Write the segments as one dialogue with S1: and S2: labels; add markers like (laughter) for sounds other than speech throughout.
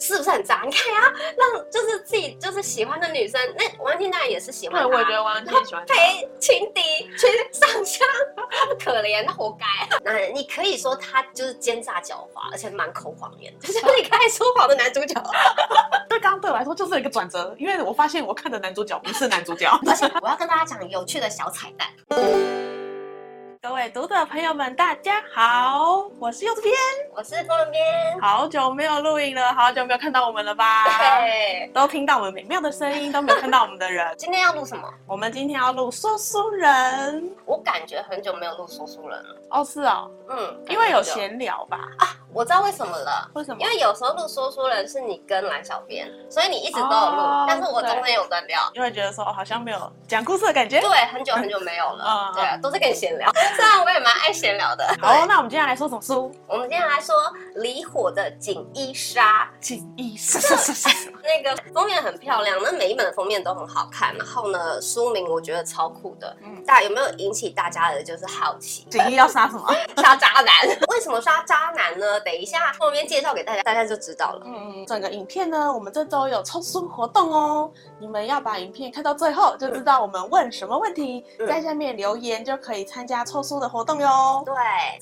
S1: 是不是很渣？你看呀、让就是自己就是喜欢的女生，那王静当然也是喜欢
S2: 对，
S1: 他，
S2: 我觉得王静喜欢他
S1: 陪情敌去上香，他不可怜，他活该。那你可以说他就是奸诈狡猾，而且满口谎言，就是 (laughs) 你开始说谎的男主角。
S2: 对，刚刚对我来说就是一个转折，因为我发现我看的男主角不是男主角。
S1: 而且我要跟大家讲有趣的小彩蛋，
S2: 各位读者朋友们，大家好，我是柚子编，
S1: 我是郭文
S2: (laughs)
S1: 边。
S2: 好久没有录影了，好久没有看到我们了吧？ (laughs)
S1: 对，。
S2: 都听到我们美妙的声音，都没有看到我们的人
S1: 今天要录什么？
S2: 我们今天要录说书人
S1: 我感觉很久没有录说书人了。
S2: 哦，是哦，
S1: 嗯，
S2: 因为有
S1: 感觉很久，
S2: 闲聊吧？
S1: 我知道为什么了。
S2: 为什么
S1: 因？为有时候录说书人是你跟蓝小编，所以你一直都有录，
S2: 哦
S1: 但是我中间有断掉。
S2: 因为觉得说哦好像没有讲故事的感觉。
S1: 对，很久很久没有了
S2: 嗯，嗯
S1: 对啊，都是跟你闲聊。 (laughs) 虽然我也蛮爱闲聊的。
S2: 好，那我们接下来说什么书？
S1: 我们今天来说离火的锦衣纱，
S2: 请 (laughs) 一是是是是是
S1: 那个封面很漂亮，那每一本的封面都很好看。然后呢，书名我觉得超酷的，
S2: 嗯？
S1: 大家有没有引起大家的就是好奇 (laughs)
S2: 锦衣要杀什么？
S1: 杀渣男，为什么杀渣男呢？等一下后面介绍给大家，大家就知道了。
S2: 嗯，整个影片呢，我们这周有抽书活动哦，你们要把影片看到最后，就知道我们问什么问题，
S1: 嗯
S2: 在下面留言就可以参加抽书的活动哟。
S1: 对，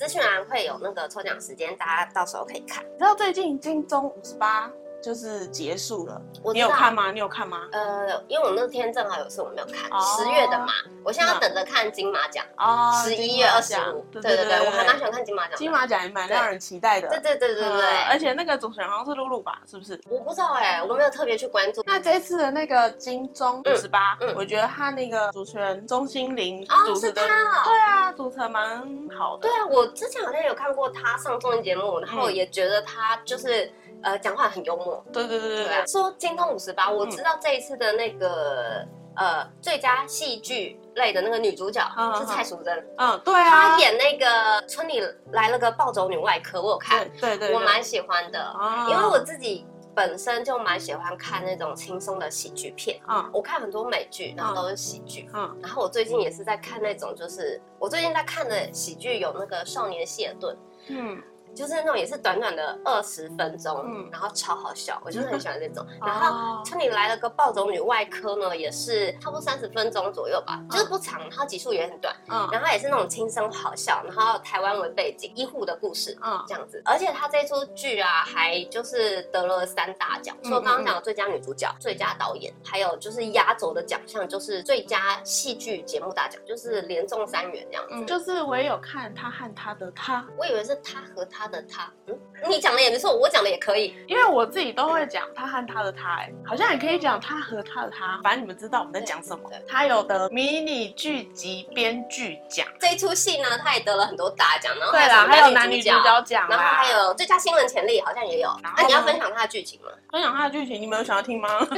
S1: 资讯栏会有那个抽奖时间，大家到时候可以看。
S2: 你知道最近金钟五十八就是结束了，
S1: 我
S2: 你
S1: 知
S2: 有
S1: 道
S2: 看吗？你有看吗？
S1: 呃，因为我那天正好有事，我没有看
S2: 哦
S1: 十、月的嘛，我现在要
S2: 嗯
S1: 等着看金马奖，
S2: 哦
S1: 十一月二十五。
S2: 对
S1: 对对
S2: 对对
S1: 对，我还蛮喜欢看金马奖的。
S2: 金马奖也蛮让人期待的。
S1: 对对对对对
S2: 嗯
S1: 对
S2: 而。且那个主持人好像是露露吧，是不是？
S1: 我不知道哎、我没有特别去关注。
S2: 那这次的那个金钟五十八
S1: 嗯，
S2: 我觉得他那个主持人钟欣凌
S1: 哦，
S2: 主持
S1: 是
S2: 的，
S1: 他哦。
S2: 对啊，主持得蛮好的
S1: 对。啊，我之前好像有看过他上综艺节目，然后
S2: 嗯
S1: 也觉得他就是呃讲话很幽默。
S2: 对对对对
S1: 对
S2: 对嗯
S1: 啊，，说金钟五十八，我知道这一次的那个、呃最佳戏剧类的那个女主角
S2: 嗯嗯
S1: 是蔡淑珍，
S2: 嗯，对啊，
S1: 她演那个村里来了个暴走女外科，我有看，
S2: 对对对，
S1: 我蛮喜欢的，
S2: 啊
S1: 因为我自己本身就蛮喜欢看那种轻松的喜剧片。
S2: 嗯
S1: 我看很多美剧，然后都是喜剧，
S2: 嗯
S1: 然后我最近也是在看那种，就是我最近在看的喜剧有那个《少年谢顿
S2: 嗯》，
S1: 就是那种也是短短的二十分钟，
S2: 嗯
S1: 然后超好笑，我就是很喜欢这种。
S2: (laughs)
S1: 然后
S2: 哦
S1: 村里来了个暴走女外科呢，也是差不多三十分钟左右吧，就是不长，然后集数也很短，
S2: 嗯
S1: 然后也是那种轻松好笑，然后台湾为背景，医护的故事。
S2: 嗯
S1: 这样子，而且她这出剧啊，还就是得了三大奖，
S2: 嗯
S1: 说刚刚讲的最佳女主角、最佳导演，还有就是压轴的奖项就是最佳戏剧节目大奖，就是连中三元这样子。
S2: 嗯，就是我也有看他和他的他，
S1: 我以为是他和他的他，嗯，你讲的也没错，我讲的也可以。
S2: 因为我自己都会讲他和他的他，哎，好像也可以讲他和他的他，反正你们知道我们在讲什么
S1: 对。
S2: 他有的迷你剧集编剧奖，
S1: 这一出戏呢，她也得了很多大奖，然后
S2: 对啦，
S1: 哦还
S2: 还
S1: 有
S2: 有
S1: 什么
S2: 男女主角奖
S1: 然后
S2: 啦，
S1: 还有最佳新人潜力好像也有。啊
S2: 然后
S1: 那、你要
S2: 呢
S1: 分享它的剧
S2: (laughs)
S1: 情吗？
S2: 分享他的剧情，你们有想要听吗？ (laughs)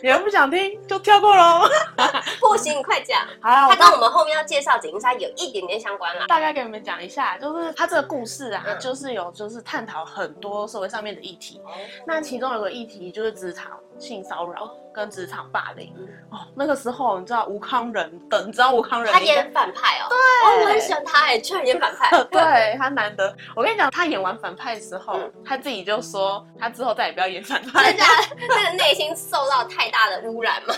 S2: 你们不想听就跳过
S1: (laughs)
S2: 喽。
S1: 不行，你快讲。
S2: 好啦，
S1: 它
S2: 我
S1: 跟
S2: 到
S1: 我们后面要介绍锦衣山有一点点相关啦。
S2: 大概给你们讲一下，就是他这个故事啊，
S1: 嗯
S2: 就是有就是探讨很多社会上面的议题。那其中有个议题就是职场性骚扰跟职场霸凌。
S1: 嗯
S2: 哦，那个时候你知道吴康仁的，你知道吴康仁
S1: 他
S2: 应该，
S1: 演反派哦，对哦，我很喜欢他哎，居然演反派
S2: (laughs)
S1: (laughs)
S2: 对他难得，我跟你讲，他演完反派之后，
S1: 嗯
S2: 他自己就说他之后再也不要演反派 (laughs)
S1: 大。家那个内心受到太大的污染嘛，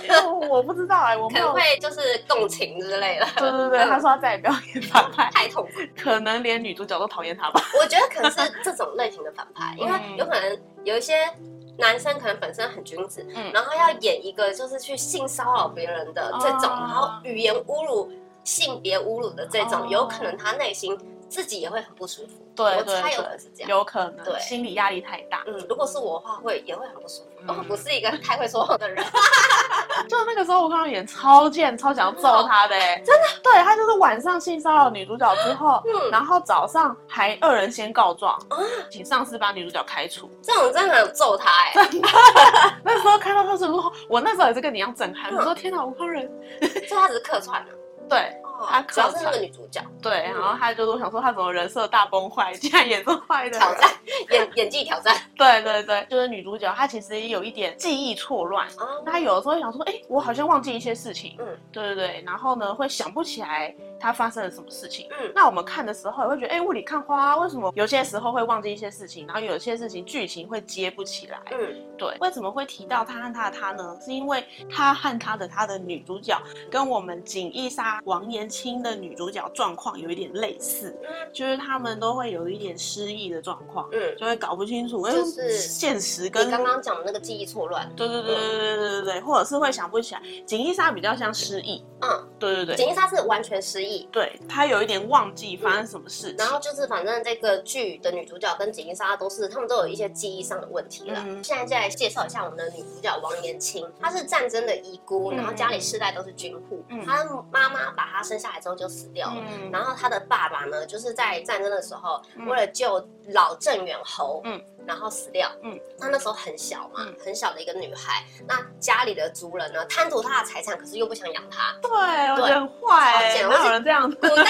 S2: 我不知道哎、我
S1: 可
S2: 没
S1: 能
S2: 有。
S1: 会就是共情之类的，
S2: 对对对，他说他再也不要演反派，
S1: 太痛苦。
S2: 嗯可能连女主角都讨厌 (laughs) 他吧。
S1: 我觉得可能是这种类型的反派，因为
S2: 嗯
S1: 有可能有一些男生可能本身很君子，
S2: 嗯
S1: 然后要演一个就是去性骚扰别人的这种，
S2: 哦
S1: 然后语言侮辱、性别侮辱的这种，
S2: 哦
S1: 有可能他内心自己也会很不舒服。
S2: 对
S1: 我
S2: 对
S1: 猜有可
S2: 对
S1: 能，是这样。
S2: 有可能
S1: 对
S2: 心理压力太大。
S1: 嗯，如果是我的话，会也会很不舒服。
S2: 嗯
S1: 我不是一个太会说谎的人，
S2: 就那个时候，我看到演超贱，超想要揍他的、欸，真的。对他就是晚上性骚扰女主角之后，
S1: 嗯
S2: 然后早上还恶人先告状，请上司把女主角开除。
S1: 这种真的很揍他哎、
S2: (laughs) 那时候看到他是如何，我那时候也是跟你一样震撼，
S1: 嗯
S2: 我说天哪，吴康仁，
S1: 就他只是客串的、啊
S2: 对，嗯他
S1: 哦，
S2: 客
S1: 主要是那个
S2: 串
S1: 女主角
S2: 对，然后他就我想说他怎么人设大崩坏，竟然演这坏的人
S1: 挑战演演技挑战
S2: (laughs) 对对对，就是女主角她其实也有一点记忆错乱，
S1: 哦
S2: 那她有的时候会想说，哎，我好像忘记一些事情，
S1: 嗯
S2: 嗯，对对对，然后呢会想不起来她发生了什么事情，
S1: 嗯
S2: 嗯，那我们看的时候也会觉得，哎，雾里看花啊，为什么有些时候会忘记一些事情，然后有些事情剧情会接不起来，
S1: 嗯，
S2: 对，为什么会提到他和他的他呢？是因为他和他的他的女主角跟我们锦衣杀王延青的女主角状况有一点类似，
S1: 嗯
S2: 就是他们都会有一点失忆的状况，
S1: 嗯，
S2: 就会搞不清楚，哎
S1: 就是
S2: 现实跟
S1: 你刚刚讲的那个记忆错乱，
S2: 对对对对对对对对，或者是会想不起来。锦衣杀比较像失忆，
S1: 嗯，
S2: 对对
S1: 简
S2: 对，
S1: 易莎是完全失忆，
S2: 对他有一点忘记发生什么事情，
S1: 然后就是，反正这个剧的女主角跟锦衣莎都是，她们都有一些记忆上的问题了。
S2: 嗯
S1: 现在再来介绍一下我们的女主角王延青，她是战争的遗孤，
S2: 嗯
S1: 然后家里世代都是军户，
S2: 嗯
S1: 她妈妈把她生下来之后就死掉了。
S2: 嗯
S1: 然后她的爸爸呢，就是在战争的时候，
S2: 嗯
S1: 为了救老郑远侯，
S2: 嗯
S1: 然后死掉。
S2: 嗯
S1: 她那时候很小嘛，
S2: 嗯
S1: 很小的一个女孩。那家里的族人呢，贪图她的财产，可是又不想养她，
S2: 对，我觉
S1: 对
S2: 得很坏、
S1: 超
S2: 欸，
S1: 贱
S2: 哪有人这样子？ (laughs)
S1: 国内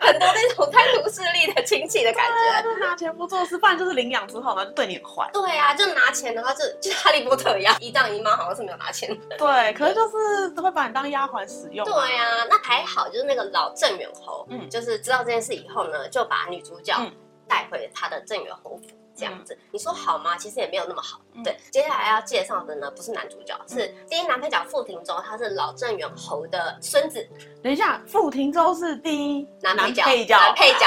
S1: 很多那种贪图势力的亲戚的感觉。
S2: (laughs) 就拿钱不做事，不然就是领养之后呢，就对你很坏。
S1: 对啊，就拿钱，然后就就哈利波特啊一样，姨丈姨妈好像是没有拿钱。
S2: 对，可是就是会把你当丫鬟使用。
S1: 对，啊，那还好，就是那个老郑远侯，
S2: 嗯
S1: 就是知道这件事以后呢，就把女主角
S2: 嗯
S1: 带回他的郑远侯府。这样子，你说好吗？其实也没有那么好。
S2: 嗯
S1: 对，接下来要介绍的呢，不是男主角，是第一男配角傅廷洲，他是老郑远侯的孙子，
S2: 等一下，傅廷洲是第一
S1: 男配角，
S2: 配角。哦
S1: 男配角，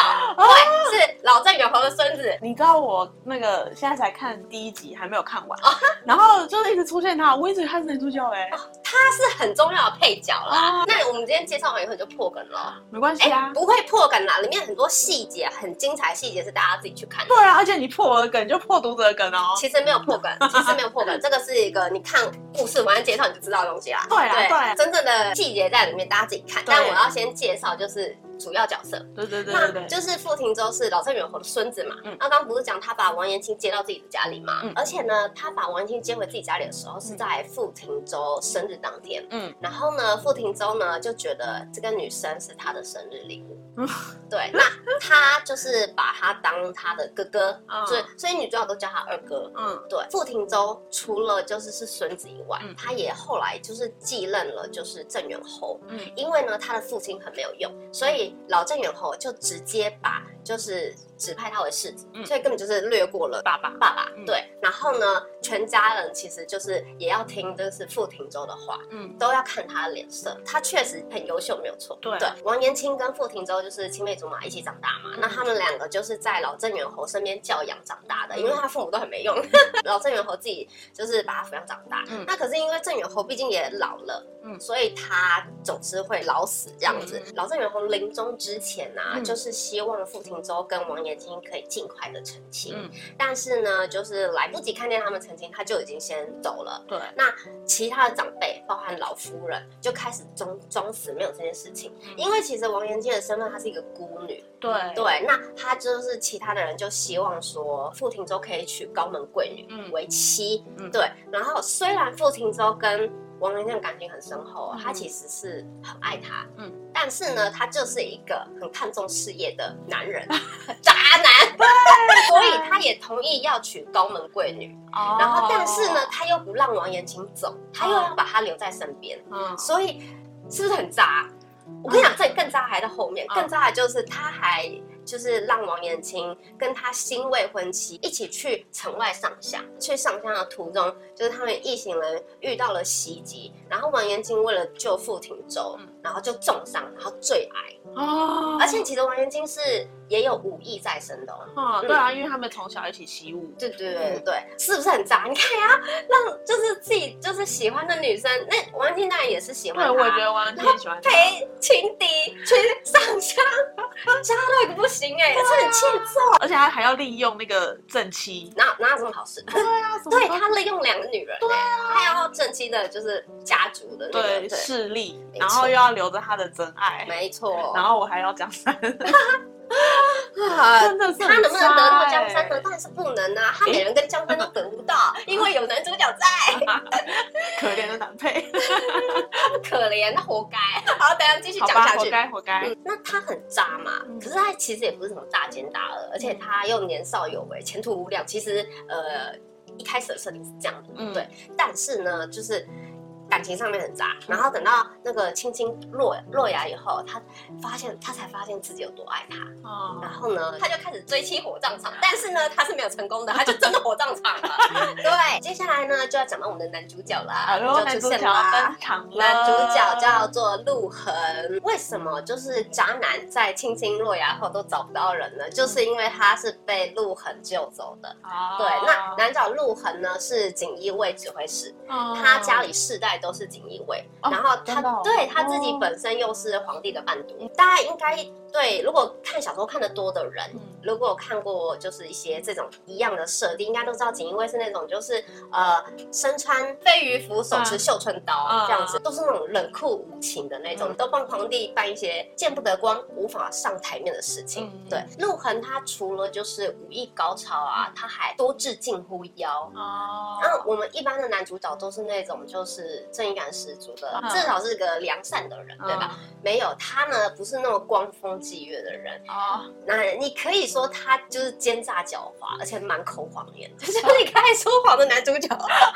S1: 对，是老郑远侯的孙子。
S2: 你知道我那个现在才看第一集，还没有看
S1: 哦
S2: 完，然后就是一直出现他，我一直以为他是男主角哎、
S1: 他是很重要的配角啦。
S2: 哦
S1: 那我们今天介绍完以后你就破梗了，
S2: 没关
S1: 哎、
S2: 系啊。
S1: 不会破梗啦，里面很多细节很精彩，细节是大家自己去看的。
S2: 对啊，而且你破我的梗就破读者的梗哦。
S1: 其实没有破梗，其实没有破梗，这个是一个你看故事完介绍你就知道的东西啦。
S2: 对啦对啦
S1: 真正的细节在里面，大家自己看。
S2: 对
S1: 但我要先介绍就是主要角色，
S2: 对对对
S1: 那
S2: 对对，
S1: 就是傅廷洲是老郑元侯的孙子嘛。
S2: 嗯
S1: 那刚刚不是讲他把王延青接到自己的家里嘛？
S2: 嗯
S1: 而且呢，他把王延青接回自己家里的时候是在傅廷洲生日当天。
S2: 嗯，
S1: 然后呢，傅廷洲呢就觉得这个女生是他的生日礼物
S2: 嗯。
S1: 对，那他就是把她当他的哥哥，
S2: 嗯
S1: 所以所以女主角都叫他二哥。
S2: 嗯
S1: 对，傅廷洲除了就是是孙子以外，
S2: 嗯
S1: 他也后来就是继任了就是郑元侯，
S2: 嗯
S1: 因为呢他的父亲很没有用，所以老郑元侯就直接把就是指派他为世子，
S2: 嗯
S1: 所以根本就是略过了爸爸爸爸、
S2: 嗯
S1: 对，然后呢全家人其实就是也要听就是傅廷洲的话，
S2: 嗯，
S1: 都要看他的脸色，他确实很优秀，没有错。
S2: 对
S1: 王延青跟傅廷洲就是青梅竹马一起长大嘛，
S2: 嗯
S1: 那他们两个就是在老郑元侯身边教养长大
S2: 嗯
S1: 的，因为他父母都很没用， (laughs) 老郑元侯自己就是把他抚养长大。
S2: 嗯
S1: 那可是因为郑元侯毕竟也老了，
S2: 嗯
S1: 所以他总是会老死这样子。
S2: 嗯
S1: 老郑元侯临终之前呢、
S2: 嗯
S1: 就是希望傅廷洲跟王延青可以尽快的成亲，
S2: 嗯
S1: 但是呢，就是来不及看见他们成亲，他就已经先走了。
S2: 对，
S1: 其他的长辈，包含老夫人，就开始装装死没有这件事情。
S2: 嗯
S1: 因为其实王延庆的身份，她是一个孤女，
S2: 对
S1: 对，那她就是其他的人就希望说傅廷洲可以娶高门贵女
S2: 嗯
S1: 为妻，
S2: 嗯
S1: 对。然后虽然傅廷洲跟王延庆的感情很深厚啊，
S2: 嗯
S1: 他其实是很爱她，嗯
S2: 嗯，
S1: 但是呢，他就是一个很看重事业的男
S2: (laughs)
S1: 人，渣男， (laughs) 所以他也同意要娶高门贵女。
S2: 哦
S1: 然后，但是呢，，他又不让王延青走，他又要把他留在身边，
S2: 嗯，
S1: 所以是不是很渣？我跟你讲，这更渣还在后面，
S2: 嗯
S1: 更渣的就是他还就是让王延青跟他新未婚妻一起去城外上香，去上香的途中，就是他们一行人遇到了袭击，然后王延青为了救傅廷洲
S2: 嗯，
S1: 然后就重伤，然后坠崖，
S2: 哦，
S1: 而且其实王延青是也有武艺在身的哦。
S2: 哦，对啊，因为他们从小一起习武，
S1: 对对对对
S2: 嗯
S1: 对，是不是很渣？你看呀、让就是自己就是喜欢的女生，那王静当然也是喜欢
S2: 对，
S1: 他，
S2: 我也觉得王安庆喜欢他，
S1: 陪情敌去上香， (laughs) 渣到一个不行哎、
S2: 啊
S1: 这很欠揍。
S2: 而且他还要利用那个正妻，
S1: 哪哪有这么好事？ (laughs)
S2: 对啊，什么
S1: 对他利用两个女人、欸，对啊，他要正妻的就是家族的那个
S2: 对势力
S1: 没，
S2: 然
S1: 错
S2: 后又要留着他的真爱，
S1: 没错。
S2: 然后我还要
S1: (laughs)
S2: 江山，
S1: 啊
S2: 真的是
S1: 他能不能得到江山呢？
S2: 呢？
S1: 当然是不能啊！
S2: 欸
S1: 他每人跟江山都得不到，
S2: (laughs)
S1: 因为有男主角在，
S2: 欸可怜的男配，
S1: 可怜，他活该。 (laughs) 好，等一下继续
S2: (laughs) 好
S1: 讲
S2: 吧，
S1: 下
S2: 活
S1: 去。
S2: 该活该。
S1: 嗯，那他很渣嘛，
S2: 嗯
S1: 可是他其实也不是什么大奸大恶，而且他又年少有为，前途无量。其实呃，一开始的设定是这样的，
S2: 嗯
S1: 对。但是呢，就是感情上面很渣，然后等到那个青青落落崖以后，他发现他才发现自己有多爱他，
S2: 哦
S1: 然后呢，他就开始追妻火葬场，但是呢，他是没有成功的，他就真的火葬场了。
S2: (laughs)
S1: 对，接下来呢，就要讲到我们的男主角啦，
S2: 然后
S1: 就
S2: 男
S1: 出
S2: 主
S1: 现
S2: 角
S1: 啦
S2: 登场了，
S1: 男主角叫做陆恒，为什么就是渣男在青青落崖后都找不到人
S2: 嗯
S1: 呢？就是因为他是被陆恒救走的。
S2: 哦，
S1: 对，那男主角陆恒呢是锦衣卫指挥使，
S2: 那
S1: 他家里世代都是锦衣卫，
S2: 哦
S1: 然后他
S2: 真的哦
S1: 对他自己本身又是皇帝的伴读，大家应该对如果看小说看得多的人，如果有看过就是一些这种一样的设定，应该都知道锦衣卫是那种就是呃身穿飞鱼服，手持绣春刀、
S2: 嗯
S1: 这样子，都是那种冷酷无情的那种，
S2: 嗯
S1: 都帮皇帝办一些见不得光、无法上台面的事情。
S2: 嗯
S1: 对，陆恒他除了就是武艺高超啊，他还多智近乎妖。
S2: 哦，
S1: 那我们一般的男主角都是那种就是正义感十足的，
S2: 嗯
S1: 至少是个良善的人，对吧？没有他呢，不是那么光风霁月的人，
S2: 嗯？哦，
S1: 那你可以说他就是奸诈狡猾，而且满口谎言，就是你刚才说谎的男主角。 (laughs)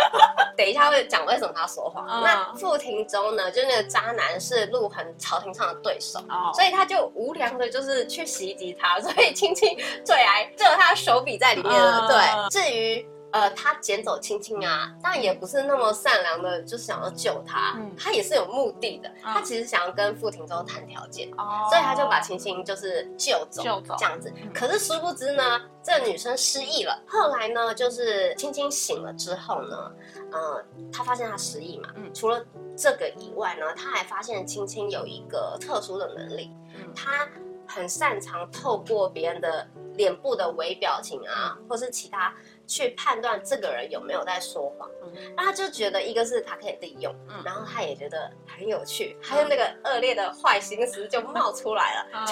S1: 等一下会讲为什么他说谎。
S2: 嗯
S1: 那傅廷周呢，就是那个渣男是陆恒朝廷上的对手。
S2: 哦，
S1: 所以他就无良的，就是去袭击他， (laughs) 所以青青最爱就有他的手笔在里面了。对，
S2: 嗯
S1: 至于呃他捡走青青啊，但也不是那么善良的，就是想要救他，
S2: 嗯
S1: 他也是有目的的，
S2: 嗯
S1: 他其实想要跟傅廷周谈条件。
S2: 哦
S1: 所以他就把青青就是救走，
S2: 救走
S1: 这样子
S2: 嗯。
S1: 可是殊不知呢，这女生失忆了。后来呢，就是青青醒了之后呢，呃，她发现她失忆嘛。
S2: 嗯
S1: 除了这个以外呢，她还发现青青有一个特殊的能力，
S2: 嗯
S1: 她很擅长透过别人的脸部的微表情啊，
S2: 嗯
S1: 或是其他。去判断这个人有没有在说谎，
S2: 嗯
S1: 那她就觉得一个是她可以利用，
S2: 嗯
S1: 然后她也觉得很有趣，她的那个恶劣的坏心思就冒出来了，
S2: 嗯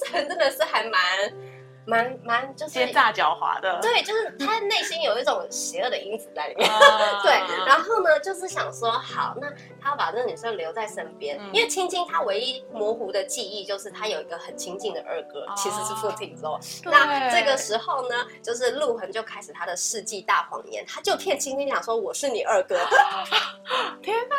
S1: 这人真的是还蛮蛮蛮就是
S2: 奸诈狡猾的，
S1: 对，就是他内心有一种邪恶的因子在里面。
S2: 啊，
S1: (laughs) 对，然后呢，就是想说，好，那他要把这个女生留在身边，
S2: 嗯
S1: 因为青青她唯一模糊的记忆就是她有一个很亲近的二哥，
S2: 哦
S1: 其实是傅廷周。
S2: 对
S1: 那这个时候呢，就是陆恒就开始他的世纪大谎言，他就骗青青讲说我是你二 (laughs) 哥。
S2: 天哪，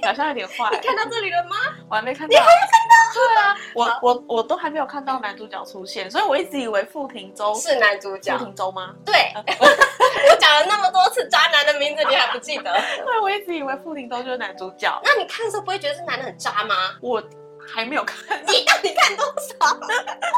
S2: 表现有点坏，
S1: 你看到这里了吗？
S2: 我还没看到，你还没看到？对啊，我我我都还没有看到男主角出现，所以我一直以为傅廷周
S1: 是男主角
S2: 傅，廷周吗？
S1: (laughs) 对我讲了那么多次渣男的名字，你还不记得？ (laughs)
S2: 对，我一直以为傅廷周就是男主角，
S1: 那你看的时候不会觉得这男的很渣吗？
S2: 我还没有看
S1: 你到底看多少？ (laughs)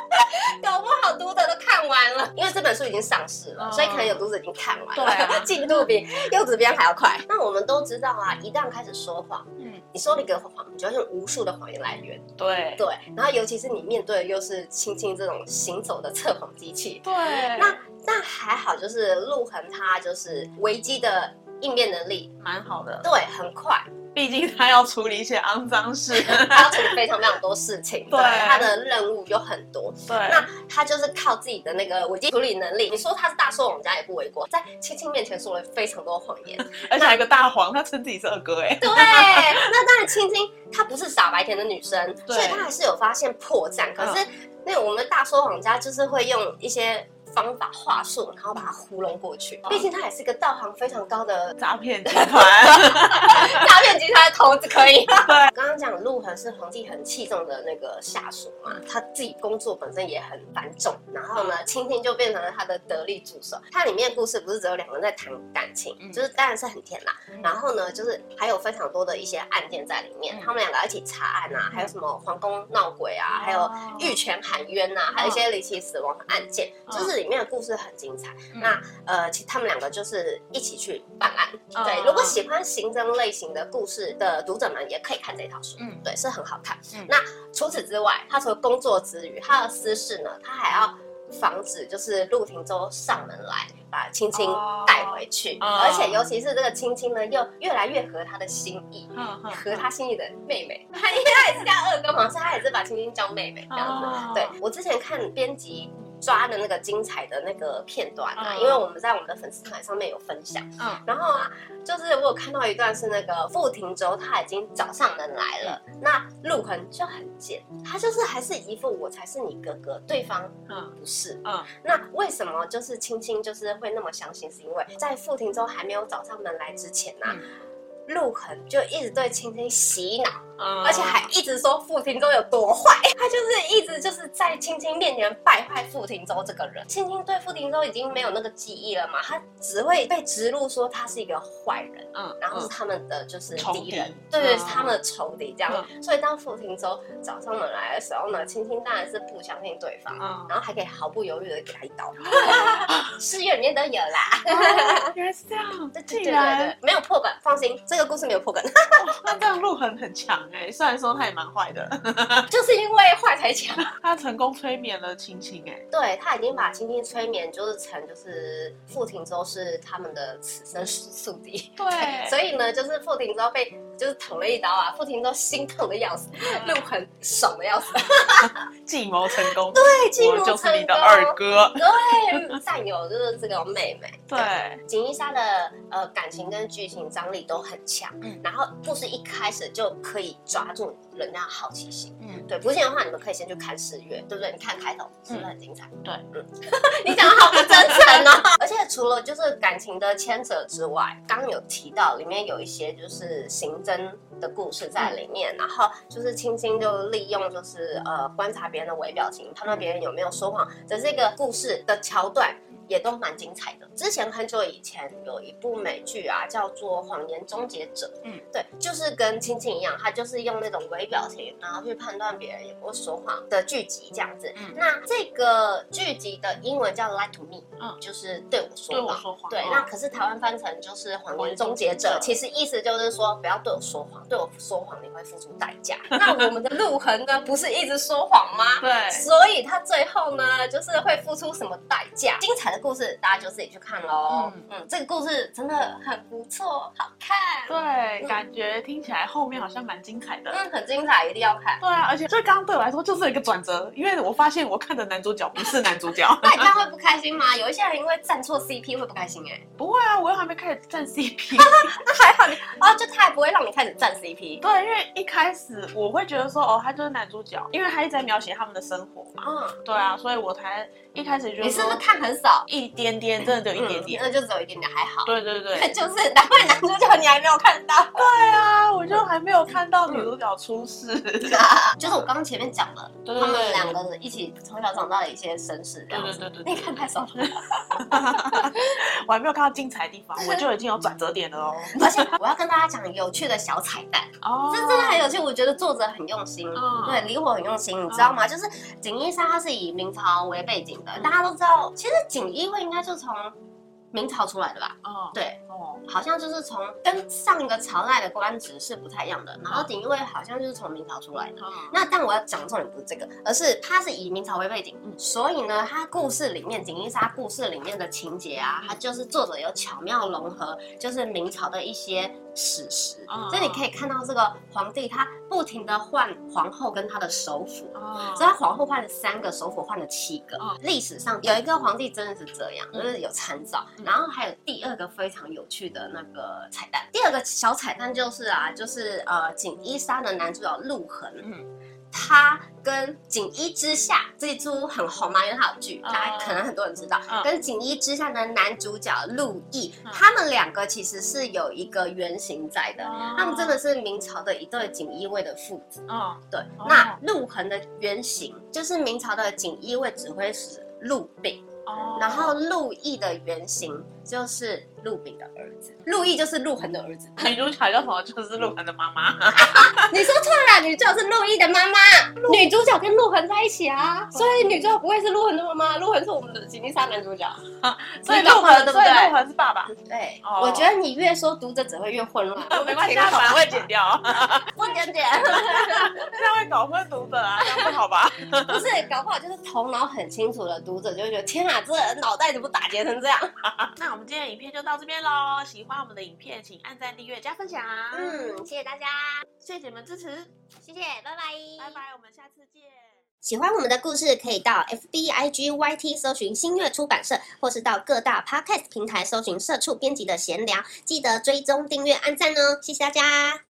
S1: 搞不好读者都看完了，因为这本书已经上市了，
S2: 哦
S1: 所以可能有读者已经看完了，
S2: 对啊
S1: (laughs) 进度比柚子边还要快。那我们都知道啊，一旦开始说谎，
S2: 嗯，
S1: 你说了一个谎，你就要用无数的谎言来圆。
S2: (laughs) 对
S1: 对，然后尤其是你面对的又是青青这种行走的测谎机器，
S2: 对，
S1: 那那还好，就是陆恒他就是危机的应变能力，
S2: 蛮好的，
S1: 对，很快。
S2: 毕竟他要处理一些肮脏事，
S1: (laughs) 他要处理非常非常多事情，
S2: 对
S1: 他的任务有很多，
S2: 对，
S1: 那他就是靠自己的那个危机处理能力。你说他是大说谎家也不为过，在青青面前说了非常多谎言。
S2: 而且还有一个大黄，他称自己是二哥哎、
S1: 对， (laughs) 那当然青青她不是傻白甜的女生，
S2: 对
S1: 所以她还是有发现破绽。可是那个我们大说谎家就是会用一些。方法话术，然后把她糊弄过去。毕竟她也是个道行非常高的
S2: (laughs) 诈骗集团，
S1: 诈骗集团的头子，可以。
S2: (laughs) 对，
S1: 刚刚讲陆恒是皇帝很器重的那个下属嘛，他自己工作本身也很繁重，然后
S2: 嗯
S1: 呢，青青就变成了他的得力助手。它里面故事不是只有两个人在谈感情，
S2: 嗯
S1: 就是当然是很甜啦。然后呢，就是还有非常多的一些案件在里面，
S2: 嗯
S1: 他们两个一起查案啊，还有什么皇宫闹鬼
S2: 哦
S1: 啊，还有玉泉喊冤呐、啊，还有一些离奇死亡的案件，
S2: 嗯
S1: 就是里面的故事很精彩。
S2: 嗯
S1: 那呃，其实他们两个就是一起去办案。
S2: 嗯
S1: 对，如果喜欢刑侦类型的故事的读者们，也可以看这套书。
S2: 嗯
S1: 对，是很好看。
S2: 嗯
S1: 那除此之外，他除了工作之余，他的私事呢，他还要防止就是陆廷周上门来把青青
S2: 哦
S1: 带回去，
S2: 嗯
S1: 而且尤其是这个青青呢，又越来越合他的心意。
S2: 嗯嗯
S1: 合他心意的妹妹，他因为他也是叫二哥嘛，所以他也是把青青叫妹妹这样子。
S2: 哦
S1: 对我之前看编辑抓的那个精彩的那个片段啊，
S2: 嗯
S1: 因为我们在我们的粉丝团上面有分享。
S2: 嗯，
S1: 然后啊，就是我有看到一段是那个傅廷洲，他已经找上门来了，那陆恒就很贱，他就是还是一副我才是你哥哥，对方
S2: 嗯
S1: 不是。
S2: 嗯，
S1: 那为什么就是青青就是会那么相信？是因为在傅廷洲还没有找上门来之前呢、
S2: 嗯
S1: 陆恒就一直对青青洗脑，
S2: 嗯
S1: 而且还一直说傅廷洲有多坏， (laughs) 他就是一直就是在青青面前败坏傅廷洲这个人。青青对傅廷洲已经没有那个记忆了嘛，他只会被植入说他是一个坏人，
S2: 嗯，
S1: 然后是
S2: 嗯
S1: 他们的就是
S2: 仇
S1: 敌人
S2: 敌，
S1: 对对，
S2: 嗯
S1: 是他们的仇敌这样。所以当傅廷洲找上门来的时候呢，青青当然是不相信对方。
S2: 嗯，
S1: (laughs) 然后还可以毫不犹豫的给他一刀， (laughs) 戏院里面都有啦。
S2: 哦原来是这样，
S1: 对对
S2: 竟
S1: 对
S2: 然
S1: 对，没有破梗，放心，这个故事没有破梗， (laughs)
S2: 那这样陆恒很强哎，虽然说他也蛮坏的，
S1: 就是因为坏才强。
S2: 他成功催眠了青青哎，
S1: 对他已经把青青催眠，就是成就是傅廷洲是他们的此生宿敌。
S2: 对
S1: (laughs) 所以呢，就是傅廷洲被就是捅了一刀啊，傅廷洲心痛的要死，陆恒爽的要死，
S2: 计谋成功，
S1: 对，进入
S2: 我就是
S1: 成
S2: 你的
S1: 功。
S2: 二哥，
S1: 对，占有就是这个妹妹。
S2: 对，
S1: 锦衣杀的呃感情跟剧情张力都很强，
S2: 嗯
S1: 然后故事一开始就可以抓住人家的好奇心。
S2: 嗯，
S1: 对，不信的话，你们可以先去看四月，对不对？你看开头是不是很精彩？
S2: 对，
S1: 嗯，你讲的好不真诚哦。 (laughs) 而且除了就是感情的牵扯之外，刚刚有提到里面有一些就是刑侦的故事在里面，然后就是青青就利用就是呃观察别人的微表情，判断别人有没有说谎，这是一个故事的桥段。也都蛮精彩的。之前很久以前有一部美剧啊，叫做《谎言终结者》。
S2: 嗯
S1: 对，就是跟青青一样，他就是用那种微表情，然后去判断别人有没有说谎的剧集这样子。
S2: 嗯
S1: 那这个剧集的英文叫《Lie to Me》，
S2: 嗯
S1: 就是对我说
S2: 对我
S1: 谎。
S2: 说谎，
S1: 对，
S2: 嗯
S1: 那可是台湾翻成就是谎
S2: 谎
S1: 言
S2: 言
S1: 终
S2: 终
S1: 结
S2: 结
S1: 者
S2: 者，
S1: 其实意思就是说不要对我说谎，对我说谎你会付出代
S2: (laughs)
S1: 价。那我们的陆恒呢，不是一直说谎吗？
S2: 对嗯
S1: 所以他最后呢，就是会付出什么代价？精彩的故事大家就自己去看喽。嗯
S2: 嗯
S1: 这个故事真的很不错，好看。
S2: 对，感觉听起来后面好像蛮精彩的。
S1: 嗯，很精彩，一定要
S2: (laughs)
S1: 看。
S2: 对啊，而且这刚刚对我来说就是一个转折，因为我发现我看的男主角不是男主角。 (laughs)
S1: 那你看会不开心吗？有一些人因为站错 CP 会不开心哎、
S2: (laughs) 不会啊，我又还没开始站 CP。
S1: 那还好你哦，就他也不会让你开始站 CP。
S2: 对，因为一开始我会觉得说，哦，他就是男主角，因为他一直在描写他们的生活嘛。
S1: 嗯，
S2: 对啊，所以我才一开始觉
S1: 你
S2: 得
S1: 是不
S2: 说
S1: 是看很少？
S2: 一点点，真的只有一点
S1: 嗯
S2: 点。
S1: 那就只有一点点，还好。
S2: 对对对，
S1: 就是 (laughs) 难怪男主角你还没有看到，
S2: 对啊，我就还没有看到女主角出事。 (laughs)
S1: 就是我刚刚前面讲了，
S2: 对
S1: 他
S2: 对
S1: 们
S2: 对，
S1: 两个哎人一起从小长大的一些身世这
S2: 对
S1: 样
S2: 对
S1: 子。
S2: 对对
S1: 你
S2: 对，
S1: 看太少了，
S2: 我还没有看到精彩的地方，我就已经有转折点了哦。
S1: 而且我要跟大家讲有趣的小彩蛋，
S2: 哦，
S1: (laughs) 这真的很有趣，我觉得作者很用心。
S2: 嗯
S1: 对，离火很用心，你知道吗？就是锦衣杀，它是以明朝为背景的，大家都知道。其实锦衣卫应该就从明朝出来的吧？
S2: 哦
S1: 对，
S2: 哦，
S1: 好像就是从跟上一个朝代的官职是不太一样的。然后锦衣卫好像就是从明朝出来的。
S2: 嗯
S1: 那但我要讲的重点不是这个，而是它是以明朝为背景，
S2: 嗯
S1: 所以呢，它故事里面锦衣杀故事里面的情节啊，它就是作者有巧妙融合，就是明朝的一些史实，
S2: 嗯
S1: 所以你可以看到这个皇帝他不停的换皇后跟他的首辅。
S2: 哦
S1: 所以他皇后换了三个，首辅换了七个
S2: 嗯。
S1: 历史上有一个皇帝真的是这样，
S2: 嗯
S1: 就是有参照。
S2: 嗯
S1: 然后还有第二个非常有趣的那个彩蛋，第二个小彩蛋就是啊，就是呃锦衣杀的男主角陆恒，
S2: 嗯
S1: 他跟锦衣之下这一出很红嘛，因为他有剧，
S2: 嗯
S1: 大家可能很多人知道。
S2: 嗯
S1: 跟锦衣之下的男主角陆毅，
S2: 嗯哦
S1: 他们两个其实是有一个原型在的。他们真的是明朝的一对锦衣卫的父子，
S2: 嗯
S1: 对，
S2: 哦
S1: 那陆恒的原型就是明朝的锦衣卫指挥使陆炳，
S2: 哦，
S1: 然后陆毅的原型就是陆炳的儿子，陆毅就是陆恒的儿子。 (laughs)
S2: 女主角叫什么？就是鹿晗的妈妈。
S1: 你说错了，女主角是陆毅的妈妈，女主角跟陆恒在一起
S2: 哦
S1: 啊，所以女主角不会是陆恒的妈妈，陆恒是我们的锦衣杀男主角，
S2: (laughs) 所以
S1: 你搞
S2: 鹿
S1: 混了
S2: 晗，
S1: 对不
S2: 所以鹿
S1: 对？
S2: 晗是爸爸。
S1: 对，
S2: 哦
S1: 我觉得你越说读者只会越混乱，
S2: (laughs)
S1: (laughs)
S2: 没关系，他反而会剪 (laughs) 掉，
S1: 不点点，
S2: 这样会搞混读者啊，这样不好吧？
S1: 不是，搞不好就是头脑很清楚的读者就会觉得天啊，这脑袋怎么打结成这样？
S2: (laughs) 那我们今天的影片就到这边喽。喜欢我们的影片，请按赞、订阅、加分享。
S1: 嗯，谢谢大家，
S2: 谢谢你们支持，
S1: 谢谢，拜拜，
S2: 拜拜，我们下次见。
S1: 喜欢我们的故事，可以到 FB、IG、YT 搜寻新月出版社，或是到各大 Podcast 平台搜寻社畜编辑的闲聊。记得追踪、订阅、按赞哦！谢谢大家。